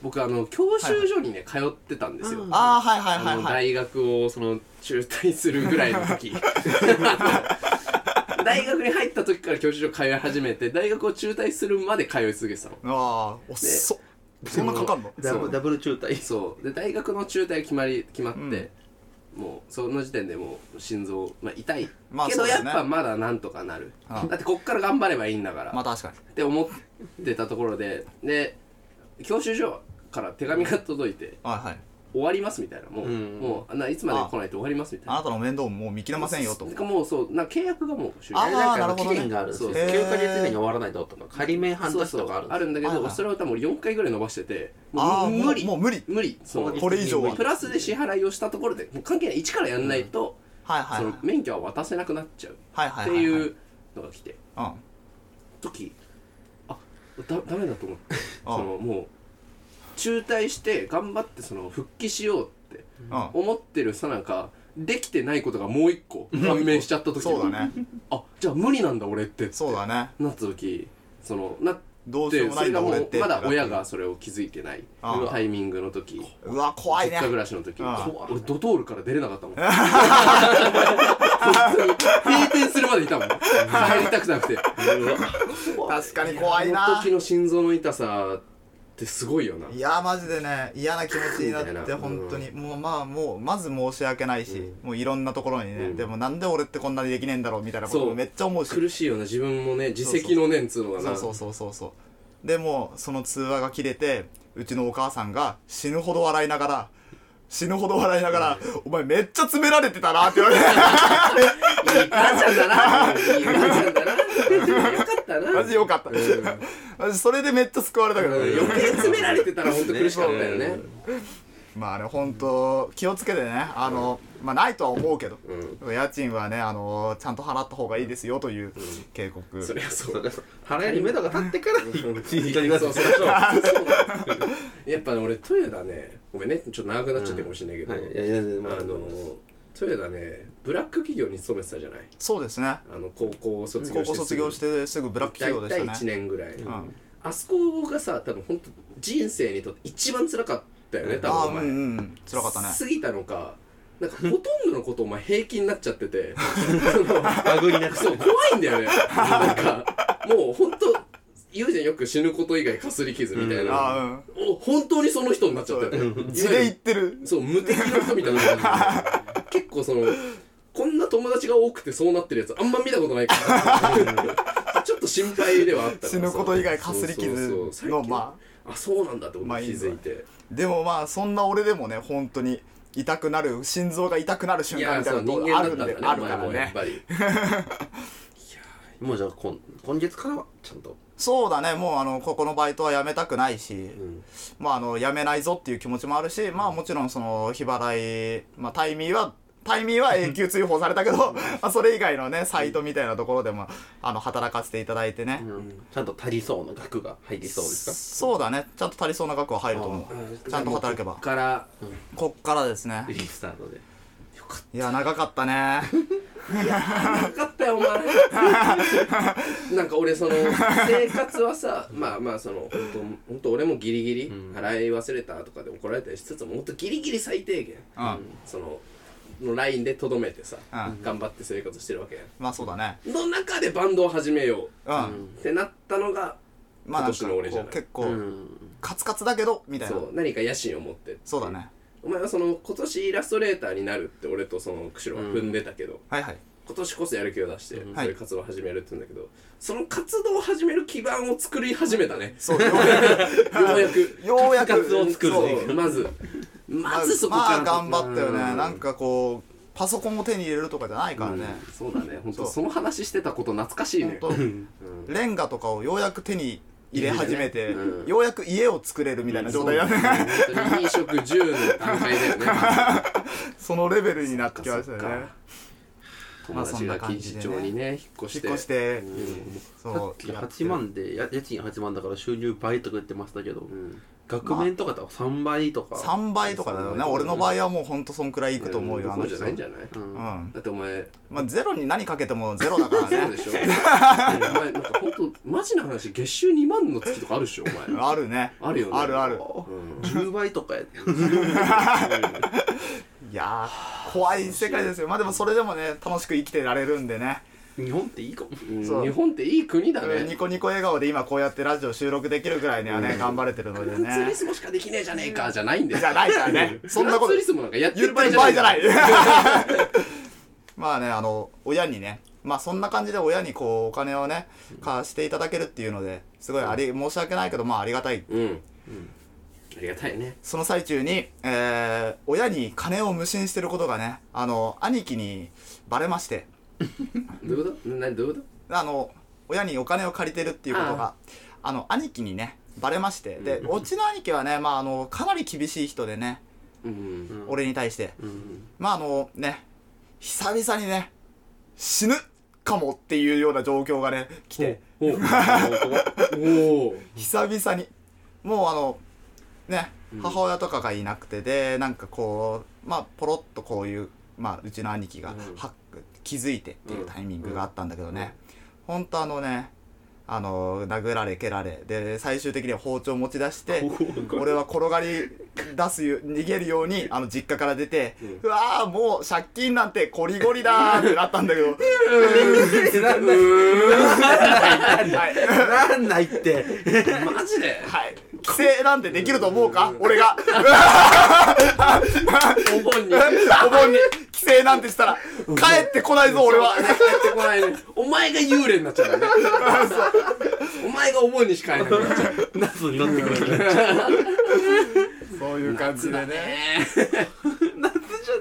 Speaker 1: 僕あの教習所にね通ってたんですよ
Speaker 2: ああはいはい
Speaker 1: あ
Speaker 2: はい
Speaker 1: の
Speaker 2: はい
Speaker 1: 大学をその中退するぐらいの 時大学に入った時から教授所通い始めて大学を中退するまで通い続けてたの
Speaker 2: ああおっそそんなかかんの
Speaker 3: ダブ
Speaker 1: そう
Speaker 3: ルダブル中退
Speaker 1: そうで大学の中退が決まり決まって、もうその時点でもう心臓、まあ、痛い、
Speaker 2: まあ
Speaker 1: けど
Speaker 2: そうだ
Speaker 1: やっ
Speaker 2: ね
Speaker 1: ぱまだなんとかなる、
Speaker 2: うん
Speaker 1: だってこっから頑張ればいいんだから、
Speaker 2: まあ確かに
Speaker 1: って思ってたところでで教習所から手紙が届いて
Speaker 2: はいはい
Speaker 1: 「終わります」みたいなもう,、
Speaker 4: うん
Speaker 1: もうあないつまで来ないと終わりますみたいな
Speaker 2: あなたの面倒ももう見切れませんよと
Speaker 1: てかもうそうなんか契約がもう終
Speaker 2: あ
Speaker 4: あれ
Speaker 1: 了
Speaker 4: な
Speaker 2: な
Speaker 4: んか
Speaker 2: る
Speaker 4: あの
Speaker 2: ほど
Speaker 4: 期
Speaker 2: ね
Speaker 4: 限があるんですよ
Speaker 1: そう
Speaker 4: 9ヶ月以内に終わらないととか仮面半
Speaker 1: そう
Speaker 4: 年
Speaker 1: そう
Speaker 4: とかあるんで
Speaker 1: あ
Speaker 4: す
Speaker 1: る
Speaker 4: よ
Speaker 1: んだけど
Speaker 2: ああ
Speaker 1: それは多分俺4回ぐらい伸ばしてて
Speaker 2: ああ
Speaker 1: もう無理
Speaker 2: もうもう無理
Speaker 1: 無理そう
Speaker 2: これ以上は
Speaker 1: プラスで支払いをしたところでもう関係ない一からやんないと、
Speaker 2: はいはい
Speaker 1: そ
Speaker 2: はい
Speaker 1: の免許は渡せなくなっちゃう
Speaker 2: はいは
Speaker 1: っ
Speaker 2: い
Speaker 1: て
Speaker 2: はいはい
Speaker 1: いううのが来て
Speaker 2: ん
Speaker 1: 時あだダメだと思って
Speaker 2: ああ
Speaker 1: そのもう中退して頑張ってその復帰しようって
Speaker 2: うん
Speaker 1: 思ってるさなんかできてないことがもう一個判明しちゃった時
Speaker 2: そうだね
Speaker 1: あじゃあ無理なんだ俺って
Speaker 2: そうだね
Speaker 1: なった時そのなっ
Speaker 2: どうしよう
Speaker 1: て
Speaker 2: も
Speaker 1: そ
Speaker 2: な
Speaker 1: れ
Speaker 2: いん
Speaker 1: が
Speaker 2: だ
Speaker 1: も
Speaker 2: 俺っ
Speaker 1: う
Speaker 2: て
Speaker 1: まだ親がそれを気づいてない
Speaker 2: ああ
Speaker 1: タイミングの時
Speaker 2: うわ怖い
Speaker 1: 実
Speaker 2: ね
Speaker 1: 家暮らしの時
Speaker 2: ああ
Speaker 1: こ俺ドトールから出れなかったもん本当に閉店するまでいたもん帰りたくなくて
Speaker 2: 確かに怖
Speaker 1: あ
Speaker 2: い
Speaker 1: の
Speaker 2: な
Speaker 1: 時の心臓の痛さってすごいよない
Speaker 2: やマジでね嫌な気持ちになっ
Speaker 1: みたい
Speaker 2: て
Speaker 1: な
Speaker 2: 本当にもうまあもうまず申し訳ないし、もういろんなところにね、
Speaker 1: うん
Speaker 2: でもなんで俺ってこんなにできねえんだろうみたいなこと
Speaker 1: そ
Speaker 2: も
Speaker 1: う
Speaker 2: めっちゃ思うし
Speaker 1: 苦しいよな自分もね自責の念っつうのが
Speaker 2: そ
Speaker 1: な
Speaker 2: うそうそうそうそうでもうその通話が切れてうちのお母さんが死ぬほど笑いながら死ぬほど笑いながら「お前めっちゃ詰められてたな」って 言われて
Speaker 1: いい母ちゃんだないい母ちゃんだなよかったな
Speaker 2: マジよかった、
Speaker 1: ん
Speaker 2: マジそれでめっちゃ救われたけど、ね
Speaker 1: 余計詰められてたら本当苦しかったよね
Speaker 2: まあね本当気をつけてねあの、まあないとは思うけど、家賃はねあのちゃんと払った方がいいですよという警告、
Speaker 1: そりゃそう
Speaker 4: それそれ払える目処が立ってから一緒に
Speaker 1: そうそうそうやっぱね俺トヨタねごめんねちょっと長くなっちゃってるかもしれないけど、
Speaker 4: いやいやいやまあ
Speaker 1: あのトヨタねブラック企業に勤めてたじゃない
Speaker 2: そうですね
Speaker 1: あの高校を卒業
Speaker 2: 高
Speaker 1: して
Speaker 2: 校卒業してすぐブラック企業で
Speaker 1: 大体
Speaker 2: した
Speaker 1: 1
Speaker 2: ね
Speaker 1: 年ぐらい、
Speaker 2: ん
Speaker 1: あそこがさ多分本当人生にとって一番辛かったよね多
Speaker 2: ああ
Speaker 1: 分お
Speaker 2: う
Speaker 1: 前、
Speaker 2: んうんうん辛かったね
Speaker 1: 過ぎたのかなんかほとんどのことお前平気になっちゃってて
Speaker 4: バグになっ
Speaker 1: そう怖いんだよねなんかもう本当言うじゃんよく死ぬこと以外かすり傷みたい
Speaker 2: ああ
Speaker 1: な、
Speaker 2: うん
Speaker 1: お本当にその人になっちゃったよね
Speaker 2: 地で言ってる
Speaker 1: そう無敵の人みたいな感じ結構そのこんな友達が多くてそうなってるやつあんま見たことないからちょっと心配ではあったからさ
Speaker 2: 死ぬこと以外かすり傷
Speaker 1: そうそうそう
Speaker 2: のまあ
Speaker 1: あそうなんだってことに気づいて、
Speaker 2: でもまあそんな俺でもね本当に痛くなる心臓が痛くなる瞬
Speaker 1: い
Speaker 2: 間
Speaker 1: や
Speaker 2: みたい
Speaker 1: そ
Speaker 2: な
Speaker 1: う
Speaker 2: の
Speaker 1: 人
Speaker 2: あ
Speaker 1: 間だ
Speaker 2: る
Speaker 1: っ
Speaker 2: ん
Speaker 1: た
Speaker 2: で
Speaker 1: んだ
Speaker 2: あ
Speaker 1: ね
Speaker 2: る
Speaker 1: お
Speaker 2: か
Speaker 1: 前
Speaker 2: ら
Speaker 1: もやっ
Speaker 2: ね
Speaker 1: ぱり
Speaker 4: もうじゃあ今今月からはちゃんと
Speaker 2: そうだねもうあのここのバイトは辞めたくないし
Speaker 4: ん
Speaker 2: まああの辞めないぞっていう気持ちもあるしまあもちろんその日払いまあタイミーはタイミーは永久追放されたけど まあそれ以外のねサイトみたいなところでもあの働かせていただいてね
Speaker 4: ちゃんと足りそうな額が入りそうです
Speaker 2: そうだねちゃんと足りそうな額は入ると思うちゃんと働け
Speaker 1: こ
Speaker 2: ば
Speaker 1: っから
Speaker 2: こっからですね
Speaker 4: かリスタートで
Speaker 2: いや長かったね
Speaker 1: なかったよお前なんか俺その生活はさまあまあその本当本当俺もギリギリ払い忘れたとかで怒られたりしつつももっとギリギリ最低限、
Speaker 2: うん
Speaker 1: そののラインでとどめてさ、
Speaker 2: うん
Speaker 1: 頑張って生活してるわけやん
Speaker 2: まあそうだね
Speaker 1: の中でバンドを始めよ
Speaker 2: うん
Speaker 1: うってなったのが、
Speaker 2: まあなんか
Speaker 1: 今年の俺じゃない
Speaker 2: こう結
Speaker 4: う
Speaker 2: 構
Speaker 4: ん
Speaker 2: カツカツだけどみたいな
Speaker 1: そう何か野心を持ってって
Speaker 2: そうだね
Speaker 1: お前はその今年イラストレーターになるって俺とその釧路は踏んでたけど、
Speaker 2: はいはい。
Speaker 1: 今年こそやる気を出して、
Speaker 4: うん
Speaker 1: そういう活動を始めるって言うんだけど、その活動を始める基盤を作り始めたね
Speaker 2: そうよう
Speaker 1: よ
Speaker 2: や
Speaker 1: うやく
Speaker 2: く。ようや
Speaker 4: カツカツを
Speaker 2: く
Speaker 4: 作るね
Speaker 1: そうまず、まずそこ
Speaker 2: ま
Speaker 1: か
Speaker 2: あ
Speaker 1: ら。
Speaker 2: 頑張ったよね
Speaker 1: うん
Speaker 2: なんかこうパソコンを手に入れるとかじゃないからね
Speaker 1: うんそうだね、本
Speaker 2: そ
Speaker 1: 当
Speaker 2: う
Speaker 1: その話してたこと懐かしい
Speaker 2: 本
Speaker 1: ね。
Speaker 2: 当レンガとかをようやく手に入れ始めて
Speaker 1: うん
Speaker 2: ようやく家を作れるみたいな状態だ
Speaker 1: そう
Speaker 2: ね
Speaker 1: 本当に飲食10の段階だよね。
Speaker 2: そのレベルになってきました
Speaker 1: そっ
Speaker 2: よね
Speaker 1: か友達が
Speaker 2: まあそんな
Speaker 1: 錦
Speaker 2: 感じ
Speaker 1: 糸
Speaker 2: でね
Speaker 1: 町にね引っ越
Speaker 2: 引
Speaker 1: し
Speaker 2: って越して
Speaker 4: さ
Speaker 2: そ
Speaker 4: っ
Speaker 2: う
Speaker 4: き
Speaker 2: やって
Speaker 4: 8万でや家賃8万だから収入倍とか言ってましたけど、
Speaker 1: うん
Speaker 4: 額面とかだと3倍とか、
Speaker 2: 3倍とかだよね俺の場合はもうほんとそんくらいいくと思うよ
Speaker 1: ん
Speaker 2: あ
Speaker 1: そ
Speaker 2: の
Speaker 1: うじ
Speaker 2: 人
Speaker 1: ゃないんじゃない
Speaker 4: うん
Speaker 2: うん
Speaker 1: だってお前
Speaker 2: まあゼロに何かけてもゼロだから
Speaker 1: ゼロ
Speaker 2: ね
Speaker 1: で しょお前なんか本当マジな話月収2万の月とか あるでしょお前
Speaker 2: あるね
Speaker 1: あるよね
Speaker 2: あるある
Speaker 1: うん
Speaker 4: 10倍とかやで、
Speaker 2: いやー怖い世界ですよまあでもそれでもね楽しく生きてられるんでね
Speaker 4: 日本っていいかも
Speaker 1: うん
Speaker 2: そう
Speaker 1: 日本っていい国だ
Speaker 2: うん
Speaker 1: ね
Speaker 2: ニコニコ笑顔で今こうやってラジオ収録できるぐらいにはね頑張れてるので
Speaker 1: フランツー
Speaker 2: ね
Speaker 1: リスモしかできねえじゃねえかじゃないんだよ
Speaker 2: じゃないか らね そんなこ
Speaker 1: フランツー
Speaker 2: と
Speaker 1: リスモなんかやって
Speaker 2: 言
Speaker 1: る
Speaker 2: っ
Speaker 1: 場合
Speaker 2: て
Speaker 1: じ
Speaker 2: る
Speaker 1: ゃ
Speaker 2: 場
Speaker 1: ない
Speaker 2: 合じゃ ないまあねあの親にねまあそんな感じで親にこうお金をね貸していただけるっていうのですごいあり申し訳ないけどまあありがたい
Speaker 1: うん、うん、ありがたいね
Speaker 2: その最中に、えー親に金を無心してることがねあの兄貴にバレまして
Speaker 1: どういうことなどういうこ
Speaker 2: あの親にお金を借りてるっていうことがあの兄貴にねバレましてでうちの兄貴はね、まあ、あのかなり厳しい人でね
Speaker 1: とうん
Speaker 4: うん
Speaker 2: 俺に対して
Speaker 4: うん
Speaker 2: まああのね、久々にね、死ぬかもっていうような状況がね、来て、
Speaker 1: おおお
Speaker 2: 久々に、もうあの、ね、母親とかがいなくてで、なんかこう、まあポロッとこういう、まあうちの兄貴が、
Speaker 1: うん
Speaker 2: は気づいてっていうタイミングがあったんだけどね、ほんとあのね、あの、殴られ蹴られ、で、最終的には 包丁持ち出して、俺は転がり出すよ逃げるようにあの実家から出て、うわーもう借金なんてこりごりだーってなったんだ けど
Speaker 4: なんな
Speaker 2: は
Speaker 4: い
Speaker 2: い、
Speaker 4: なんないって
Speaker 1: マジで
Speaker 2: はい、規制なんてできると思うか俺が
Speaker 1: お盆に帰
Speaker 2: お盆に規制なんてしたら帰ってこないぞ俺は
Speaker 1: ってこないねお前が幽霊になっちゃうんだねお前がお盆にしかいなくなっちゃう
Speaker 4: 謎になってくるね
Speaker 2: そういう感じ でね
Speaker 4: 夏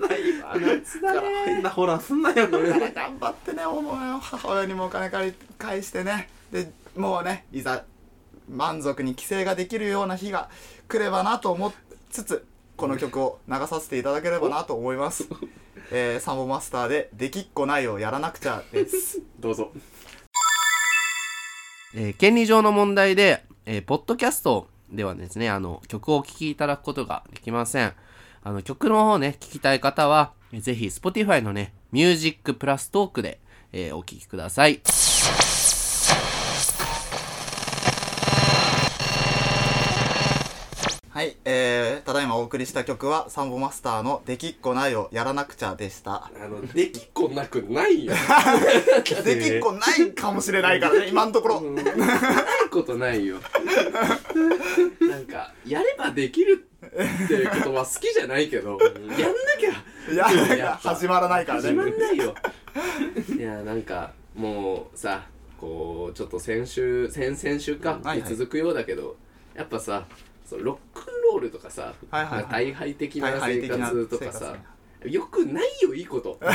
Speaker 4: だね 変なホラーすんなよ
Speaker 2: 頑張ってねお前母親にもお金借り返してねでもうねいざ満足に帰省ができるような日が来ればなと思いつつこの曲を流させていただければなと思い ます、えーサンボマスターで「できっこないをやらなくちゃ」 です
Speaker 1: どうぞ、えー権利上の問題で、えーポッドキャストではですねあの曲をお聴きいただくことができませんあの曲の方ね聴きたい方はえーぜひ Spotify のね「ミュージックプラストークで、えーお聴きください
Speaker 2: はい、えー、ただいまお送りした曲はサンボマスターの「できっこないをやらなくちゃ」でした
Speaker 1: あのできっこなくないよ
Speaker 2: できっこないかもしれな いからね今のところ
Speaker 1: ないことないよなんかやればできるっていう言葉好きじゃないけどやんなきゃ
Speaker 2: いや
Speaker 1: いや
Speaker 2: 始まらないから
Speaker 1: 始ま
Speaker 2: ね
Speaker 1: んないよ いやなんかもうさこうちょっと先週先々週か
Speaker 2: はい
Speaker 1: に
Speaker 2: はい
Speaker 1: 続くようだけど、やっぱさそうロックンロールとかさ、
Speaker 2: はいはいはい
Speaker 1: まあ大敗的な
Speaker 2: 大敗
Speaker 1: 生
Speaker 2: 的な
Speaker 1: 活とか
Speaker 2: 生活
Speaker 1: さ
Speaker 2: ね
Speaker 1: よくないよいいこと一 つ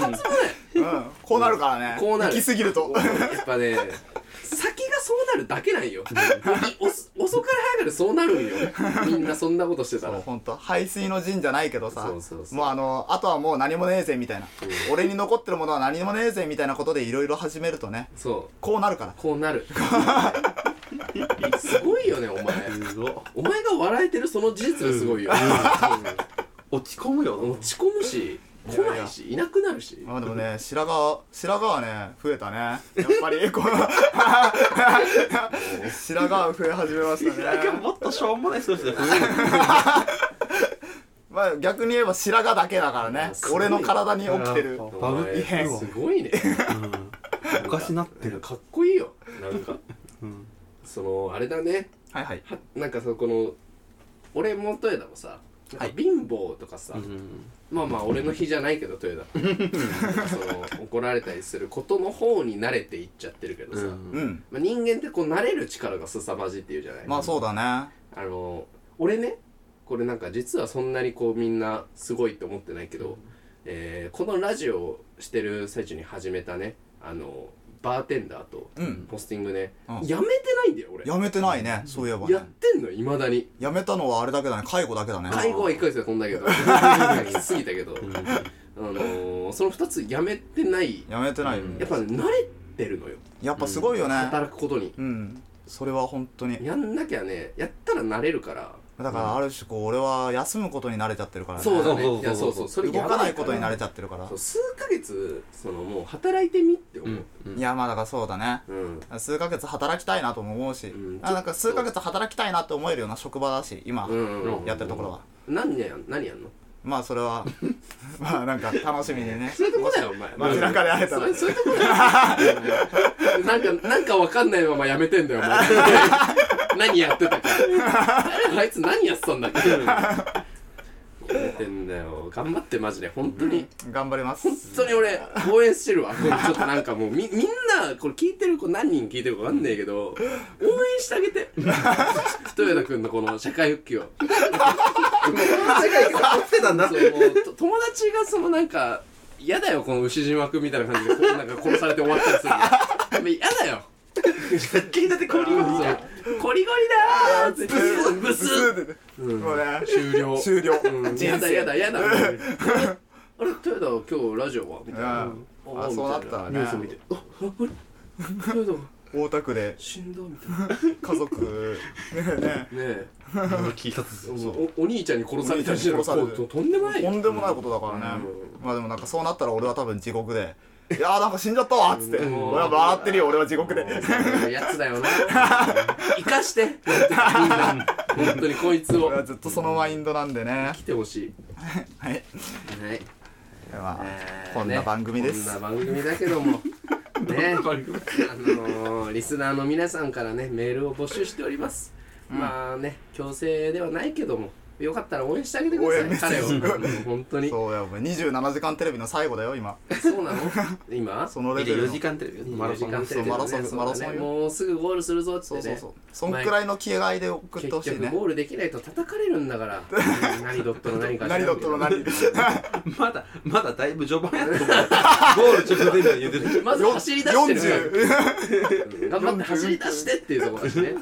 Speaker 1: もない
Speaker 2: うんこうなるからね
Speaker 1: こうなる
Speaker 2: 行き過ぎると
Speaker 1: やっぱね先がそうなるだけなんよお遅から早からそうなるんよみんなそんなことしてた
Speaker 2: そ
Speaker 1: ら
Speaker 2: う本当排水の陣じゃないけどさ
Speaker 1: そうそうそう
Speaker 2: もうあのあとはもう何もねえぜみたいな、俺に残ってるものは何もねえぜみたいなことでいろいろ始めるとね
Speaker 1: そう
Speaker 2: こうなるから
Speaker 1: こうな るすごいよねお前お前が笑えてるその事実がすごいよ、
Speaker 4: 落ち込むよ
Speaker 1: 落ち込むし来ないしいなくなるし
Speaker 2: まあでもね白髪白髪はね増えたねやっ ぱりこう白髪増え始めました
Speaker 4: なんか
Speaker 2: ね
Speaker 4: もっとしょうもない少しで
Speaker 2: まあ逆に言えば白髪だけだからね
Speaker 1: すごい
Speaker 2: 俺の体に起きてる
Speaker 4: うん
Speaker 1: お前
Speaker 4: バグ
Speaker 2: 変
Speaker 1: すごいね
Speaker 4: おかしなってる
Speaker 1: かっこいいよなんか
Speaker 4: うん
Speaker 1: そのあれだね
Speaker 2: はいはい
Speaker 1: はなんかそのこの俺も豊田もさなんか貧乏とかさ、まあまあ俺の日じゃないけど豊田その怒られたりすることの方に慣れていっちゃってるけどさ、
Speaker 2: うん
Speaker 1: まあ、人間ってこう慣れる力が凄まじいっていうじゃない
Speaker 2: まあそうだね
Speaker 1: あの俺ねこれなんか実はそんなにこうみんなすごいって思ってないけど、えーこのラジオをしてる最中に始めたねあのバーテンダーと
Speaker 2: うん
Speaker 1: ポスティングね、
Speaker 2: うん
Speaker 1: やめてないんだよ俺
Speaker 2: やめてないねそういえばね
Speaker 1: やってんのいまだに
Speaker 2: やめたのはあれだけだね介護だけだね
Speaker 1: 介護は1ヶ月で飛んだけどきつすぎたけど、あのーもその2つやめてない
Speaker 2: やめてないよ、
Speaker 4: うん
Speaker 1: やっぱ慣れてるのよ
Speaker 2: やっぱすごいよね、
Speaker 1: 働くことに
Speaker 2: うんそれは本当に
Speaker 1: やんなきゃねやったら慣れるから
Speaker 2: だからある種こう俺は休むことに慣れちゃってるからね
Speaker 1: そうだね
Speaker 4: そうそうそうそう
Speaker 1: いやそうそうそれ
Speaker 2: 動かないことに慣れ
Speaker 1: て
Speaker 2: ちゃってるから
Speaker 1: 数ヶ月そのもう働いてみって
Speaker 4: う、
Speaker 1: 思うん
Speaker 4: うん
Speaker 2: いやまあだからそうだね
Speaker 1: うん
Speaker 2: 数ヶ月働きたいなとも思うし、
Speaker 1: うん
Speaker 2: あなんか数ヶ月働きたいなって思えるような職場だし今
Speaker 1: うん
Speaker 2: やってるところは、
Speaker 1: 何やん何やんの
Speaker 2: まあそ れはまあなんか楽しみにね
Speaker 1: そういうとこだよお前
Speaker 2: 街中で会えたら
Speaker 1: そうそういうとこだよなんかなんかわかんないままやめてんだよお前 何やって たかあいつ何やってたんだっけやめてんだよ頑張ってマジで本当に
Speaker 2: 頑張ります
Speaker 1: 本当に俺応援してるわこれちょっとなんかもうみみんなこれ聞いてる子何人聞いてるかわかんないけど応援してあげ て豊田君のこの社会復帰を
Speaker 3: 世界が追ってたんだ
Speaker 1: そうもうと友達がそのなんか嫌だよこの牛島君みたいな感じでこうなんか殺されて終わったり するの嫌だよ
Speaker 3: 聞いたってこ
Speaker 1: ゴリゴリだゴリゴリだーってブスッ
Speaker 2: ブスッもうね
Speaker 1: 終了
Speaker 2: 終了
Speaker 1: うん
Speaker 2: 人
Speaker 1: やだ
Speaker 2: 生
Speaker 1: やだやだあれ豊田今日ラジオはみたいな
Speaker 2: うん
Speaker 1: ー
Speaker 2: あ
Speaker 1: みい
Speaker 2: そうなったらね
Speaker 1: ニュース見てああれ豊田が
Speaker 2: 大田区で
Speaker 1: 死んだみたいなね
Speaker 2: 家族ね
Speaker 1: え
Speaker 4: 聞いたつ
Speaker 1: おお兄ちゃんに殺されたりしてる
Speaker 2: お兄ちゃんに殺されて
Speaker 1: ととんでもない
Speaker 2: と
Speaker 1: よ
Speaker 2: んでもないことだからね、まあでもなんかそうなったら俺は多分地獄で「いやーなんか死んじゃったわ」っつって「俺
Speaker 1: うん
Speaker 2: は笑ってるよ俺は地獄で」
Speaker 1: やつだよな生かしてみんな本当にこいつを
Speaker 2: 俺はずっとそのマインドなんでね
Speaker 1: 来てほしい
Speaker 2: は
Speaker 1: は
Speaker 2: い
Speaker 1: い
Speaker 2: ま
Speaker 1: えー
Speaker 2: あこんな番組です
Speaker 1: ね、こんな番組だけ どもねあのーリスナーの皆さんからねメールを募集しております、まあね強制ではないけどもよかったら応援してあげてく
Speaker 2: 応援メ
Speaker 1: だ
Speaker 2: ッセ
Speaker 1: さい彼を
Speaker 2: ージ
Speaker 1: うん本当にそ
Speaker 2: そうやお前27時間テレビの最後だよ今
Speaker 1: うなの今
Speaker 2: そのレベルの
Speaker 4: 4時間テレビ
Speaker 1: マラソン
Speaker 2: そうマラソンマラソンよ
Speaker 1: もうすぐゴールするぞっつ
Speaker 2: そ
Speaker 1: っ
Speaker 2: う
Speaker 1: て
Speaker 2: そう
Speaker 1: ね
Speaker 2: そうそんくらいの気概で送ってほし
Speaker 1: 結
Speaker 2: い
Speaker 1: 局
Speaker 2: ね
Speaker 1: ゴールできないと叩かれるんだ から、うん何ドットの何か知らんけ
Speaker 2: 何
Speaker 1: ど
Speaker 2: だったの何
Speaker 4: まだまだだいぶ序盤やったと思うゴール直前で言うてる
Speaker 1: まず走り出してるから
Speaker 2: 40
Speaker 1: 頑張って走り出してっていうところですね。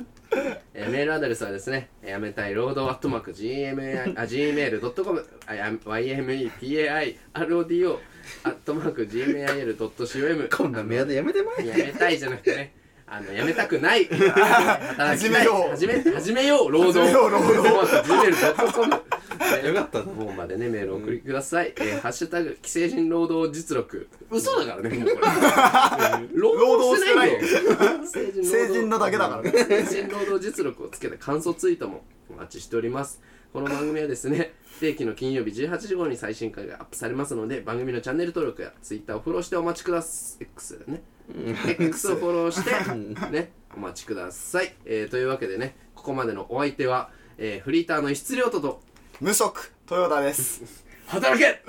Speaker 1: えーメールアドレスはですね、やめたい労働アットマーク gmail あ gmail.com あや ymetairodo アットマーク gmail.com
Speaker 3: こんなメアドやめてまい
Speaker 1: やめたいじゃなくてね、あのやめたくない働きたい
Speaker 2: 始めよう
Speaker 1: 始め始めよう労働
Speaker 2: 始めよう労働
Speaker 1: アットマーク gmail.com
Speaker 4: よかったな
Speaker 1: の方までねメールをお送りください、えーハッシュタグ既成人労働実力嘘だからねもうこれうん労働して ないよ成人
Speaker 2: 成人のだけだからね
Speaker 1: 成人労働実力をつけた感想ツイートもお待ちしておりますこの番組はですね不定期の金曜日18時頃に最新回がアップされますので番組のチャンネル登録やツイッターをフォローしてお待ちください X だね X をフォローしてねお待ちください、えーというわけでねここまでのお相手は、えーフリーターの質量とと
Speaker 2: 無職豊田です
Speaker 1: 働け